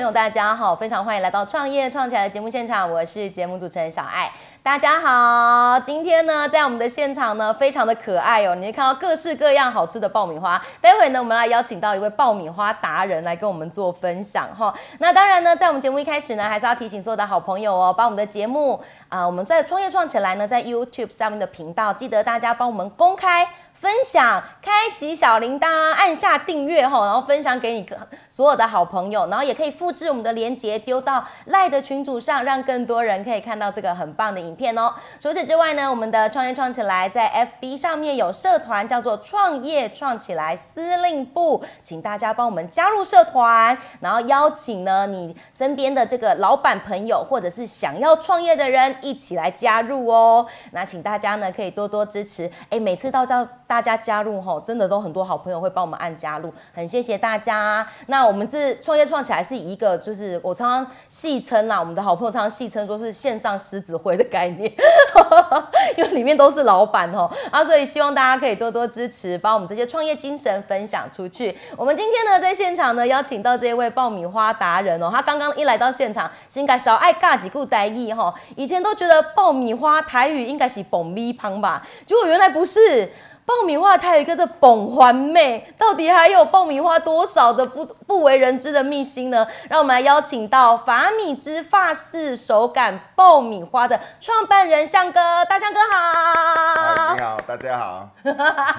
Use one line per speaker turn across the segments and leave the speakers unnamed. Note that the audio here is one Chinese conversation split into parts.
友大家好，非常欢迎来到《创业创起来》的节目现场，我是节目主持人小爱。大家好，今天呢，在我们的现场呢，非常的可爱哦，你会看到各式各样好吃的爆米花。待会呢，我们来邀请到一位爆米花达人来跟我们做分享哈。那当然呢，在我们节目一开始呢，还是要提醒所有的好朋友哦，把我们的节目啊、我们在《创业创起来》呢，在 YouTube 上面的频道，记得大家帮我们公开。分享、开启小铃铛、按下订阅吼，然后分享给你个所有的好朋友，然后也可以复制我们的链接丢到赖的群组上，让更多人可以看到这个很棒的影片哦。除此之外呢，我们的创业创起来在 FB 上面有社团叫做创业创起来司令部，请大家帮我们加入社团，然后邀请呢你身边的这个老板朋友或者是想要创业的人一起来加入哦。那请大家呢可以多多支持，哎，每次到到大家加入吼，真的都很多好朋友会帮我们按加入，很谢谢大家。那我们这创业创起来是一个，就是我常常戏称啊啦，我们的好朋友常常戏称说是线上狮子会的概念， 因为里面都是老板哦啊，所以希望大家可以多多支持，把我们这些创业精神分享出去。我们今天呢，在现场呢邀请到这一位爆米花达人哦，他刚刚一来到现场，先给小爱尬几句台语哈、哦，以前都觉得爆米花台语应该是蹦咪胖吧，结果原来不是。爆米花它有一个这捧环妹，到底还有爆米花多少的不不为人知的秘辛呢？让我们来邀请到法米之法式手感爆米花的创办人向哥，大向哥
嗨，
好
哎你。好，大家好。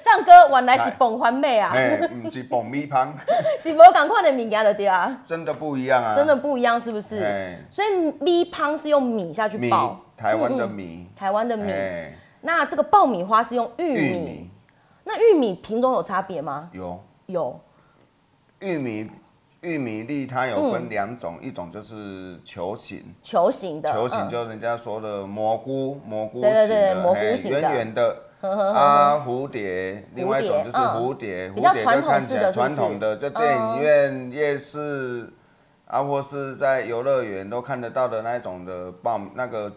向哥原来是捧环妹啊，
哎，不是爆米香，
是无赶快的物件就对啊，
真的不一样啊。
真的不一样是不是？
哎，
所以米汤是用米下去
米
爆，，
台湾的米，
台湾的米。
哎，
那这个爆米花是用玉
玉
米
米，
那玉米品种有差别吗？
有
有，
玉米，玉米粒它有
嗯
分两种，一种就是球形，
球形的，
球形
嗯
就人家说的蘑菇，蘑菇
对对
型
对
的，
蘑菇
哎
型的
圆圆的。啊，蝴蝶，另外一种就是
嗯
蝴蝶，
比较
蝴蝶
传
就
统
看起
式的
来
是不是嗯
传统的，就电影院、夜市啊，或是在游乐园都看得到的那一种的爆那个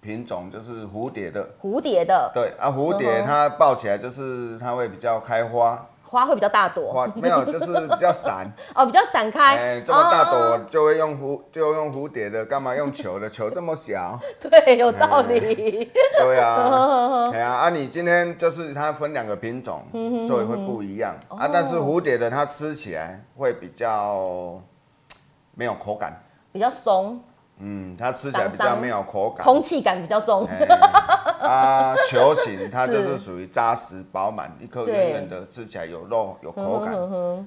品种，就是蝴蝶的。
蝴蝶的
对啊，蝴
嗯
蝶它抱起来就是它会比较开花，
花会比较大朵
花没有就是比 较散，
哦，比较散开。
哎，这么大
哦
朵就会用蝴就用蝴蝶的，干嘛用球的？球这么小。
对，有道理。
对啊，对啊，啊，你今天就是它分两个品种，所以会不一样啊。但是蝴蝶的它吃起来会比较没有口感，
比较松，
嗯，它吃起来比
桑
较
桑
没有口感。
空气感比较重。
哎啊，球形它就是属于扎实饱满，一颗圆圆的，吃起来有肉有口感，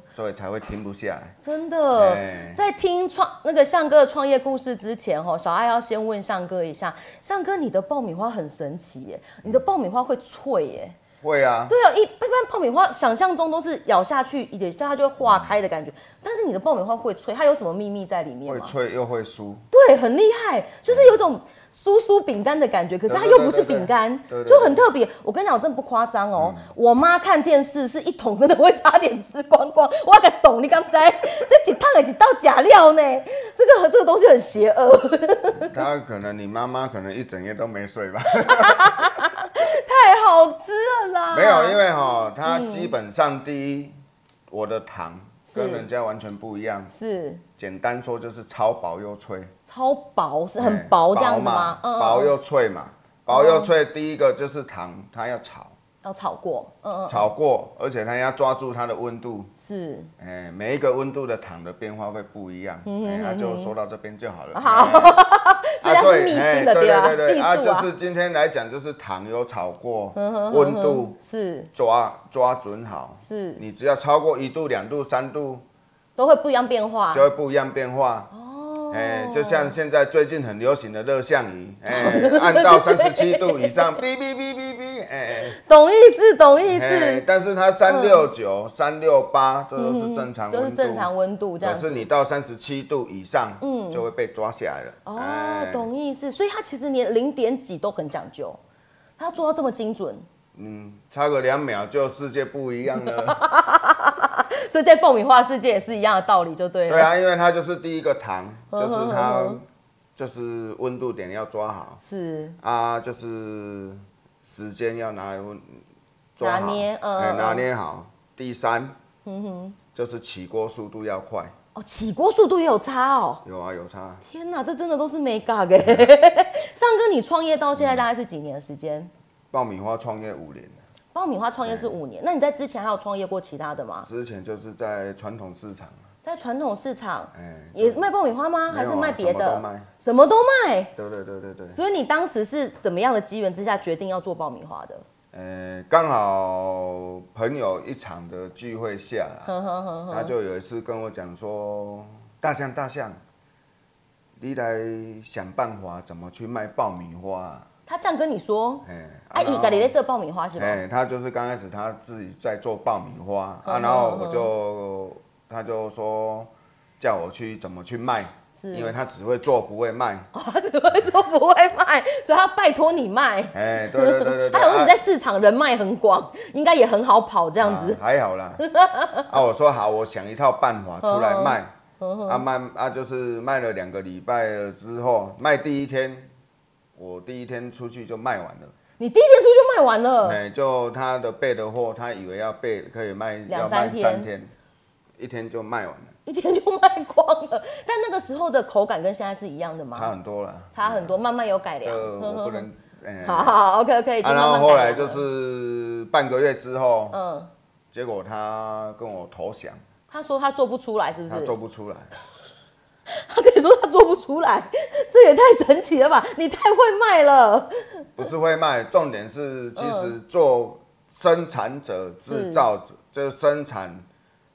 所以才会停不下来。
真的，
哎
在听创那个向哥的创业故事之前，哦，小爱要先问向哥一下，向哥你的爆米花很神奇耶，你的爆米花会脆耶。
会啊，
对啊，一一般爆米花想象中都是咬下去一点，它就会化开的感觉，但是你的爆米花会脆，它有什么秘密在里面
会
吗？
脆又会酥。
对，很厉害，就是有种酥酥饼干的感觉，可是它又不是饼干
对对对对对，对嗯
就很特别。我跟你讲，我真的不夸张哦，我妈看电视是一桶，真的会差点吃光光。我个懂，你刚才 这几趟也几道假料呢，这个这个东西很邪恶，
它可能你妈妈可能一整夜都没睡吧。
太好吃了啦。
没有，因为哈，它
嗯
基本上第一，我的糖跟人家完全不一样。
是
简单说就是超薄又脆，
超薄，是很薄这样子
哎薄
吗
嘛？，
嗯，
薄又脆嘛，薄又脆。第一个就是糖，它要炒，
要炒过，嗯嗯，
炒过，而且它要抓住它的温度。
是
哎，每一个温度的糖的变化会不一样。
嗯
哎，那就说到这边就好了。
好这
哎，
是秘
哎
辛
对
的吧？
对对
技
对，啊，
术
就
啊，嗯
是今天来讲，就是糖有炒过，温度
是
抓抓准好，
是
你只要超过一度、两度、三度，
都会不一样变化
就。会不一样变化。
哦
哎、就像现在最近很流行的热像仪，哎、 按到三十七度以上，哔哔哔哔哔，哎、
懂意思，懂意
哎、
思。
但是它三六九、三六八，这都是正
嗯
常
都
温
是
度。
正常温度这样
可
子。嗯
是你到三十七度以上，就会被抓起来了。
哦
哎，
懂意思，所以它其实连零点几都很讲究，它要做到这么精准。
差个两秒就世界不一样 了。
所以在爆米花世界也是一样的道理，就对了。
对啊，因为它就是第一个糖，就是
嗯
它，就是温度点要抓好。
是
啊，就是时间要拿抓
拿
好，
捏嗯
哎
嗯
拿捏好。第三，就是起锅速度要快，
哦，起锅速度也有差哦。
有啊，有差。
天哪，这真的都是没嘎的。 上哥，你创业到现在大概是几年的时间？
爆米花创业五年，
爆米花创业是五
哎
年，那你在之前还有创业过其他的吗？
之前就是在传统市场，
在传统市场
哎，
也卖爆米花吗？
没
还
有
是
啊
卖别
什么都
的
卖？
什么都卖。
对对对对对，
所以你当时是怎么样的机缘之下决定要做爆米花的？
呃，刚好朋友一场的聚会下啦，
呵呵呵呵，
他就有一次跟我讲说，大象大象，你来想办法怎么去卖爆米花、啊，
他这样跟你说，
哎、啊
哎，伊家己在做爆米花是吧？
哎、他就是刚开始他自己在做爆米花
嗯
啊，然后我就他就说叫我去怎么去卖，
是
因为他只会做不会卖。
哦他只会做不会卖， 所以他拜托你卖。
哎、 对 对对对对，
他有你在市场人脉很广，应该也很好跑这
这
样子。
啊还好啦。啊，我说好，我想一套办法出
哦
来卖。啊卖啊，就是卖了两个礼拜了之后，卖第一天，我第一天出去就卖完了。
你第一天出去卖完
哎、
了，
就他的备的货，他以为要备可以卖，
两
要
三
卖
天
三天，一天就卖完了。
一天就卖光了。 但那个时候的口感跟现在是一样的
差
吗？
很多了，
差很多，慢慢有改良。
这我不能。 哎
好好，OK OK，已经慢
啊，然后
慢
后
改
来
良
就
了。
是半个月之后，
嗯，
结果他跟我投降，
他说他做不出来，是不
他
是？
做不出来。
他可以说他做不出来， 这也太神奇了吧！你太会卖了，
不是会卖，重点是其实
嗯
做生产者、制造者，就是生产、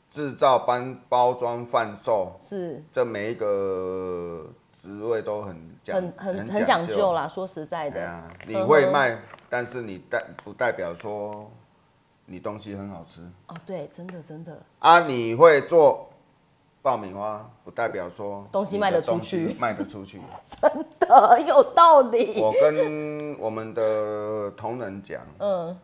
制造、搬包装、贩售，
是
这每一个职位都很讲
很很很讲究。啦。嗯说实在
对
的，
啊，你会卖，但是你代不代表说你东西很好吃
哦，对，真的真的，
啊？你会做爆米花，不代表说
东西卖得出去
你的东西卖得出去。
的有道理。
我跟我们的同仁讲，
嗯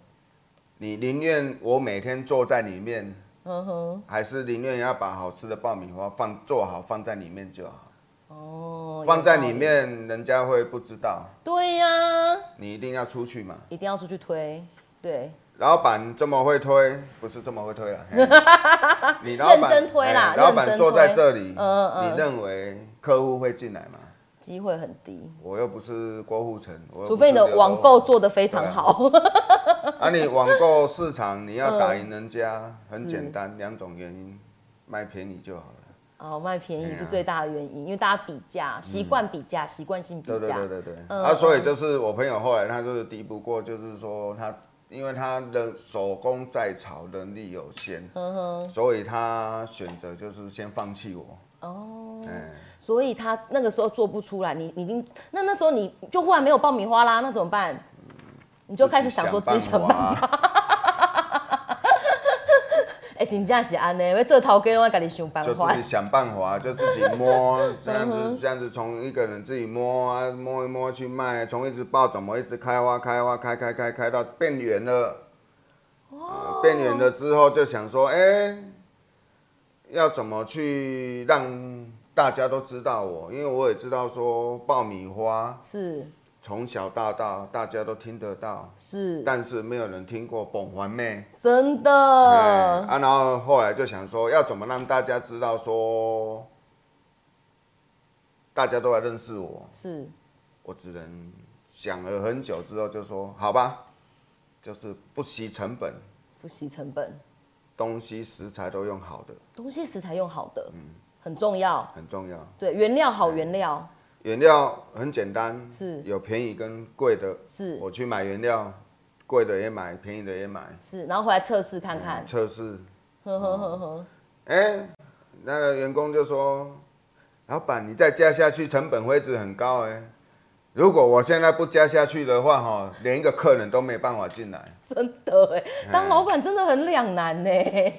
你宁愿我每天坐在里面，
嗯哼，
还是宁愿要把好吃的爆米花放做好放在里面就好？
哦，
放在
有道理
里。面人家会不知道，
对呀、
你一定要出去嘛。
一定要出去推，对，
老板这么会推，不是这么会推了。 嘿你老
认
板
真推啦
嘿
认真推
老板坐在这里，
嗯嗯
你认为客户会进来吗？
机会很低，
我又不是郭富城，我又
除
不是
非你
哦
的
刘德华
网购做得非常好。
啊，你网购市场你要打赢人家，
嗯
很简单，两种原因，卖便宜就好了。
哦，卖便宜
对啊嗯
是最大的原因，因为大家比价，习惯比价，习惯性比
对对
价
对。对对，
嗯
啊，所以就是我朋友后来他就是敌不过，就是说他因为他的手工在炒能力有限，
嗯
所以他选择就是先放弃我。
哦，
哎，
所以他那个时候做不出来，你你已经那那时候你就忽然没有爆米花啦，那怎么办？你就开始想说自己想办法。
法。
哎、真正是安尼，因为这头给我赶紧想办
就
法
自己。想办法，就自己摸，这样子这样子，从一个人自己摸啊，摸一摸去卖，从一直爆怎么一直开花开花开开开开到变圆了，呃变圆了之后就想说，哎、要怎么去让大家都知道我？因为我也知道说爆米花
是
从小到大大家都听得到，
是，
但是没有人听过蹦环妹。
真的。嗯
对啊，然后后来就想说，要怎么让大家知道说，大家都来认识我，
是
我只能想了很久之后就说，好吧，就是不惜成本，
不惜成本，
东西食材都用好的，
东西食材用好的，
嗯
很重要。
很重要。
对，原料好原料
原料很简单，
是
有便宜跟贵的，
是
嗯我去买原料，贵的也买，便宜的也买，
是，然后回来测试看看。
测试嗯
呵呵呵呵，
哎、那个员工就说：“老板，你再加下去，成本会一直很高哎、如果我现在不加下去的话，哈，连一个客人都没办法进来。
真的
嗯
哎，当老板真的很两难呢。欸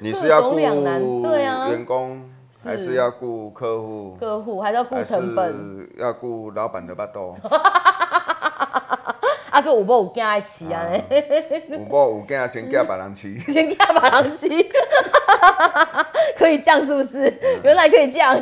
你是要
各种
顾
两难对啊
员工，还是要顾客户，
客户还是要顾
还
成本，
是要顾老板的巴肚？
啊，个有无有惊爱饲啊？，
嗯有某有囝先叫别人吃
先给他把狼机， 可以降是不是？
嗯
原来可以降，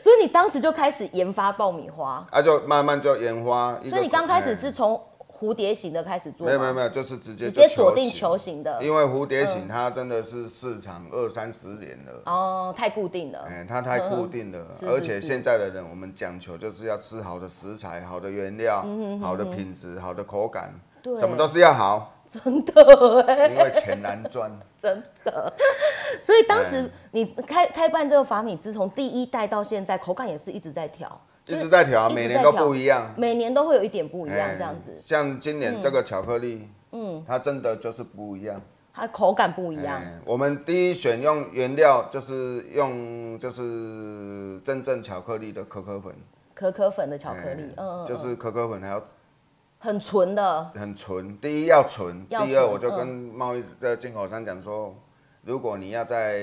所以你当时就开始研发爆米花，
啊，就慢慢就研发一个。
所以你刚开始是从蝴蝶形的开始做吗？
哎没有没有没有，就是直接
直
就
接锁定球
球
嗯
形，哎
形的
因为蝴蝶形它真的是市场二三十年了。
哦，太固定了。
哎，它太固定了，
嗯是
而
是
且
是
现在的人，我们讲求就是要吃好的食材、好的原料、
嗯
好的品质、好的口感，
对
什么都是要好，
真的哎、
因为钱难赚。
真的。所以当
哎
时你开开办这个法米兹，从第一代到现在，口感也是一直在调，
一直在调，
一直
每
在
年都
调
不一样，
每年都会有一点不一样
哎
这样子，
像今年这个巧克力，嗯，它真的就是不一样。
它口感不一样。
哎我们第一选用原料就是用就是真正巧克力的可可粉，
可可粉的巧克力
哎，
嗯，嗯
就是可可粉还要
很纯的，
很纯。第一要纯，
要
第二
纯
我就
嗯
跟贸易的进口商讲说，如果你要在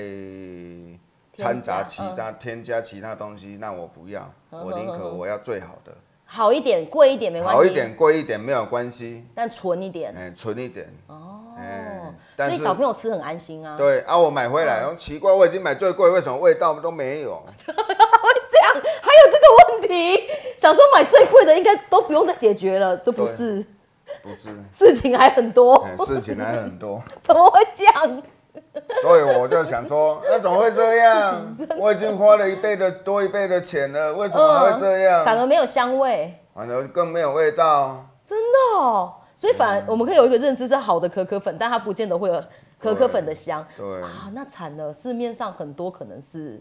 掺杂其
添加
他添加其他东西，那我不要，
嗯
我
哼
宁
哼
可
哼
我要最好的，
好一点，贵一点没关系，
好一点贵一点没有关系，
但纯一点。
哎，纯一点。哎
哦，所
但
以
是
小朋友吃很安心 啊。
对啊，我买回来，然后奇怪，我已经买最贵，为什么味道都没有？
这样还有这个问题，想说买最贵的应该都不用再解决了，这不
对
是
不是，
事情还很多，
哎事情还很多，
怎么会这样？
所以我就想说，那怎么会 这样？我已经花了一倍的多一倍的钱了，为什么还会这
嗯反
样？
而没有香味。
反而更没有味道。
真的哦，所以反而我们可以有一个认知是好的可可粉，但它不见得会有可可粉的香
嗯对，
啊。那惨了，市面上很多可能是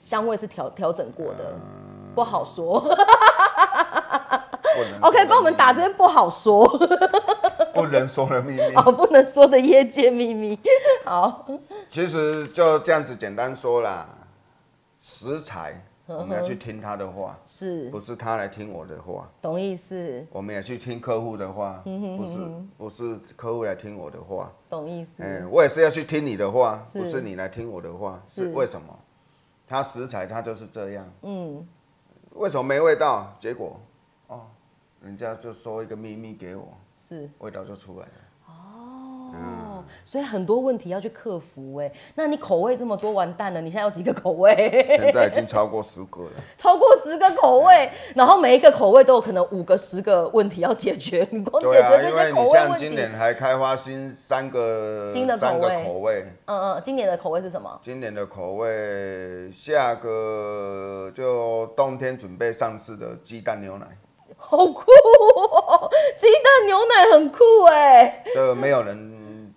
香味是调调整过的，
嗯
不好说。
不能
OK，
说的
帮我们打这些不好说
不能说的秘密。
哦，不能说的业界秘密。 好，
其实就这样子简单说啦，食材我们要去听他的话，
是
不是他来听我的话。
懂意思，
我们也去听客户的话，
嗯
不是不是客户来听我的话，
懂意思。
哎、我也是要去听你的话，
是
不是你来听我的话，
是
是为什么？它食材它就是这样，
嗯，
为什么没味道？结果哦，人家就说一个秘密给我，
是
味道就出来 了。嗯
哦，所以很多问题要去克服哎、那你口味这么多，完蛋了，你现在有几个口味？
现在已经超过十个了，
超过十个口味，然后每一个口味都有可能五个、十个问题要解决，你光解
对
决
啊，
这
因为
些口
你
味
像
问
今
题。
年还开发新三个
新的口味
三个口味，
嗯嗯，今年的口味是什么？
今年的口味下个就冬天准备上市的鸡蛋牛奶，
好酷哦！鸡蛋牛奶很酷哎，
这没有人，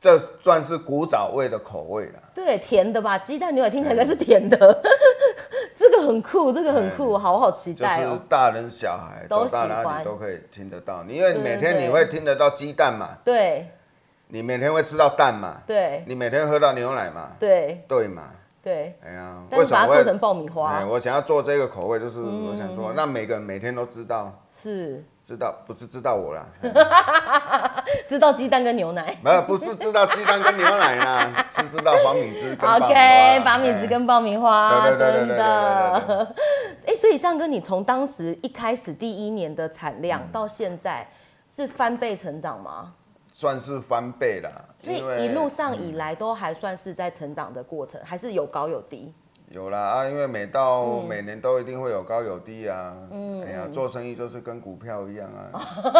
这算是古早味的口味了。
对，甜的吧？鸡蛋牛奶听起来应该是甜的，这个很酷，这个很酷，好好期
就
待
是
哦。
大人小孩
都
走到
喜
哪
欢
里都可以听得到，因为
对
每
对
天你会听得到鸡蛋嘛，
对
你每天会吃到蛋嘛，
对
你每天喝到牛奶嘛，
对
对嘛？
对，
哎呀，
但是把它
我
做
会
成爆米花嗯
哎，我想要做这个口味，就是我想说，让每个人每天都知道，
是
知道不是知道我啦，哎
知道鸡蛋跟牛奶。
没有不是知道鸡蛋跟牛奶啦，是知道黄米汁跟爆米花啦
OK，把米子
哎
跟爆米花，
对对对对
真
对对对
的。哎，所以尚哥，你从当时一开始第一年的产
嗯
量到现在是翻倍成长吗？
算是翻倍啦，
所以
因为嗯
一路上以来都还算是在成长的过程，还是有高有低。
有啦啊，因为每到、
嗯
每年都一定会有高有低啊。嗯，哎呀，做生意就是跟股票一样 啊，嗯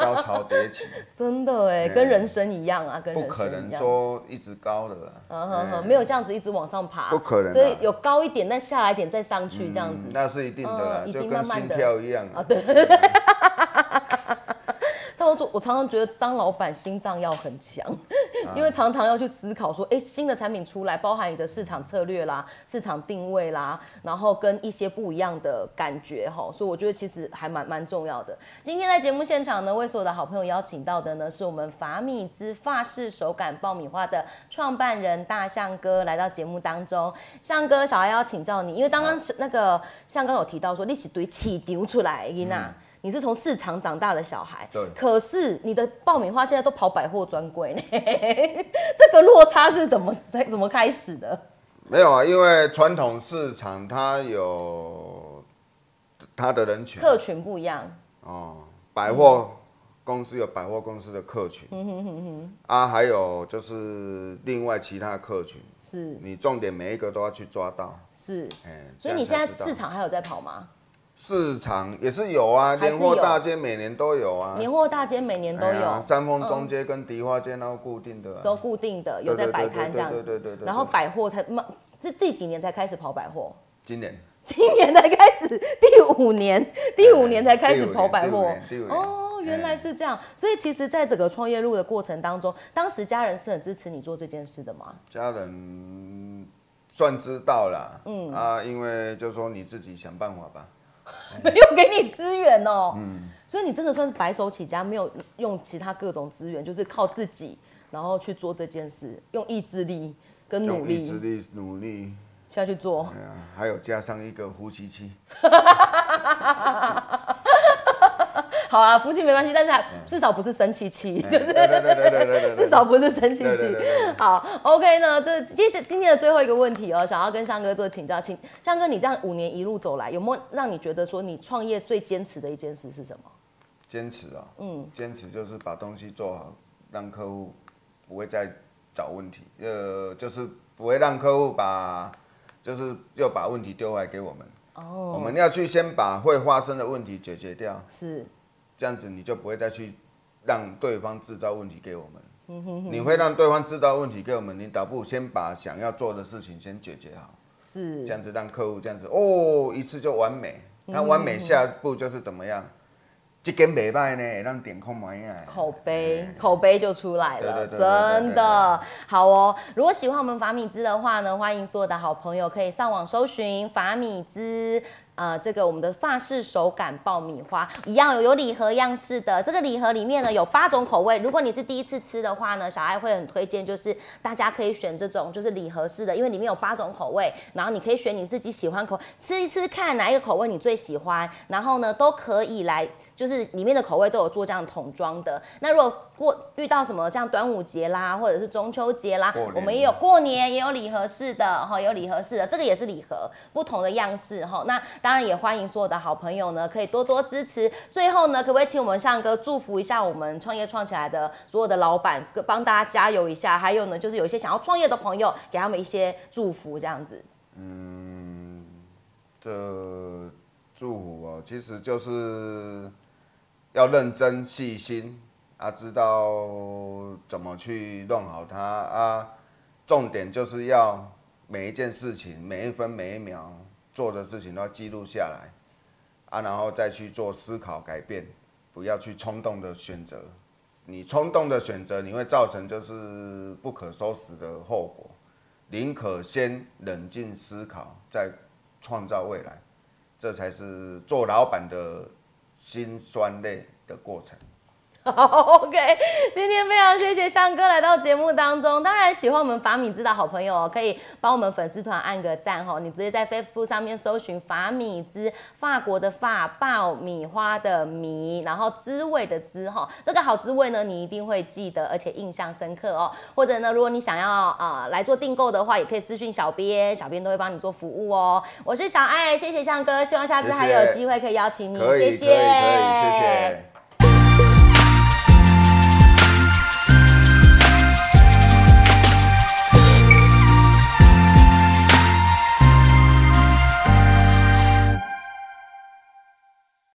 高潮迭起，
真的哎，
哎
跟人生一样啊，跟人
不
生
可
一
能
样。
说一直高的啦。
嗯哼哼，没有这样子一直往上爬，
不可能啊
所以有高一点，但下来一点再上去这样子
嗯。那是一定的啦，
嗯一定
就跟
慢慢
心
地
跳一样啊。
对。但我做我常常觉得当老板心脏要很强，因为常常要去思考说，哎、新的产品出来，包含你的市场策略啦、市场定位啦，然后跟一些不一样的感觉哈，所以我觉得其实还蛮蛮重要的。今天在节目现场呢，为所有的好朋友邀请到的呢，是我们法米兹法式手擀爆米花的创办人大象哥来到节目当中。象哥，小孩要请教你，因为刚刚是那个象哥有提到说，你是对起丢出来伊娜。你是从市场长大的小孩，
对
可是你的爆米花现在都跑百货专柜呢， 这个落差是怎么怎么开始的？
没有啊，因为传统市场它有它的人群
客群不一样，
哦，百货公司有百货公司的客群，
嗯
啊，还有就是另外其他的客群，
是
你重点每一个都要去抓到。
是，
哎
所以你现在
这样才知道
市场还有在跑吗？
市场也是有啊，
还是
年货
有
大街每年都有啊，
年货大街每年都
哎呀
有，嗯
三丰中街跟迪化街那都固定的啊、
都固定的有
对
在
对
摆
对对
摊这样
对
子，
对对对对
然后百货才慢，这这几年才开始跑百货，
今年
今年才开始，第五年，第五年才开始
第五年
跑百货
哎第五年第五。年
哦，原来是这样，所以其实在整个创业路的过程当中，当时家人是很支持你做这件事的嘛？
家人算知道啦，嗯啊，因为就说你自己想办法吧。
没有给你资源哦，
嗯
所以你真的算是白手起家，没有用其他各种资源，就是靠自己，然后去做这件事，用意志力跟努
用意志
力
力努力，
下去做。
哎呀，还有加上一个呼吸器，
好啦，夫妻没关系，但是还至少不是生气气，
哎
就是
嗯对对对对对对对对
至少不是生气
对对
气
对对。
好，OK 呢，这接下今天的最后一个问题哦，想要跟向哥做请教，请向哥，你这样五年一路走来，有没有让你觉得说你创业最坚持的一件事是什么？
坚持啊、嗯，坚持就是把东西做好，让客户不会再找问题，呃，就是不会让客户把，就是又把问题丢回来给我们。哦，我们要去先把会发生的问题解决掉，
是
这样子你就不会再去让对方制造问题给我们。你会让对方制造问题给我们，你倒不如先把想要做的事情先解决好，这
是，
样子让客户这样子哦，一次就完美。那完美下一步就是怎么样？这根袂歹呢，让点控买呀。
口碑，口碑就出来了，
哎对对对对对
真的好哦。如果喜欢我们法米兹的话呢，欢迎所有的好朋友可以上网搜寻法米兹。呃，这个我们的法式手擀爆米花一样有有礼盒样式的，这个礼盒里面呢有八种口味。如果你是第一次吃的话呢，小爱会很推荐，就是大家可以选这种就是礼盒式的，因为里面有八种口味，然后你可以选你自己喜欢口，吃一吃看哪一个口味你最喜欢，然后呢都可以来，就是里面的口味都有做这样桶装的。那如果过遇到什么像端午节啦，或者是中秋节啦
过年，
我们也有过年也有礼盒式的哈，有礼盒式的，这个也是礼盒，不同的样式哈。那当然也欢迎所有的好朋友呢，可以多多支持。最后呢，可不可以请我们向哥祝福一下我们创业创起来的所有的老板，帮大家加油一下？还有呢，就是有一些想要创业的朋友，给他们一些祝福，这样子。
这祝福哦，其实就是要认真细心啊，知道怎么去弄好它啊。重点就是要每一件事情、每一分每一秒做的事情都要记录下来啊，然后再去做思考改变，不要去冲动的选择。你冲动的选择，你会造成就是不可收拾的后果。宁可先冷静思考，再创造未来，这才是做老板的辛酸泪的过程。
好，OK，今天非常谢谢向哥来到节目当中。当然，喜欢我们法米兹的好朋友哦，可以帮我们粉丝团按个赞哦。你直接在 Facebook 上面搜寻法米兹，法国的法，爆米花的米，然后滋味的滋哈、哦，这个好滋味呢，你一定会记得，而且印象深刻哦。或者呢，如果你想要啊、呃来做订购的话，也可以私讯小编，小编都会帮你做服务哦。我是小爱，谢谢向哥，希望下次还有
谢谢
机会可以邀请你，
可以，可以，可以，谢谢。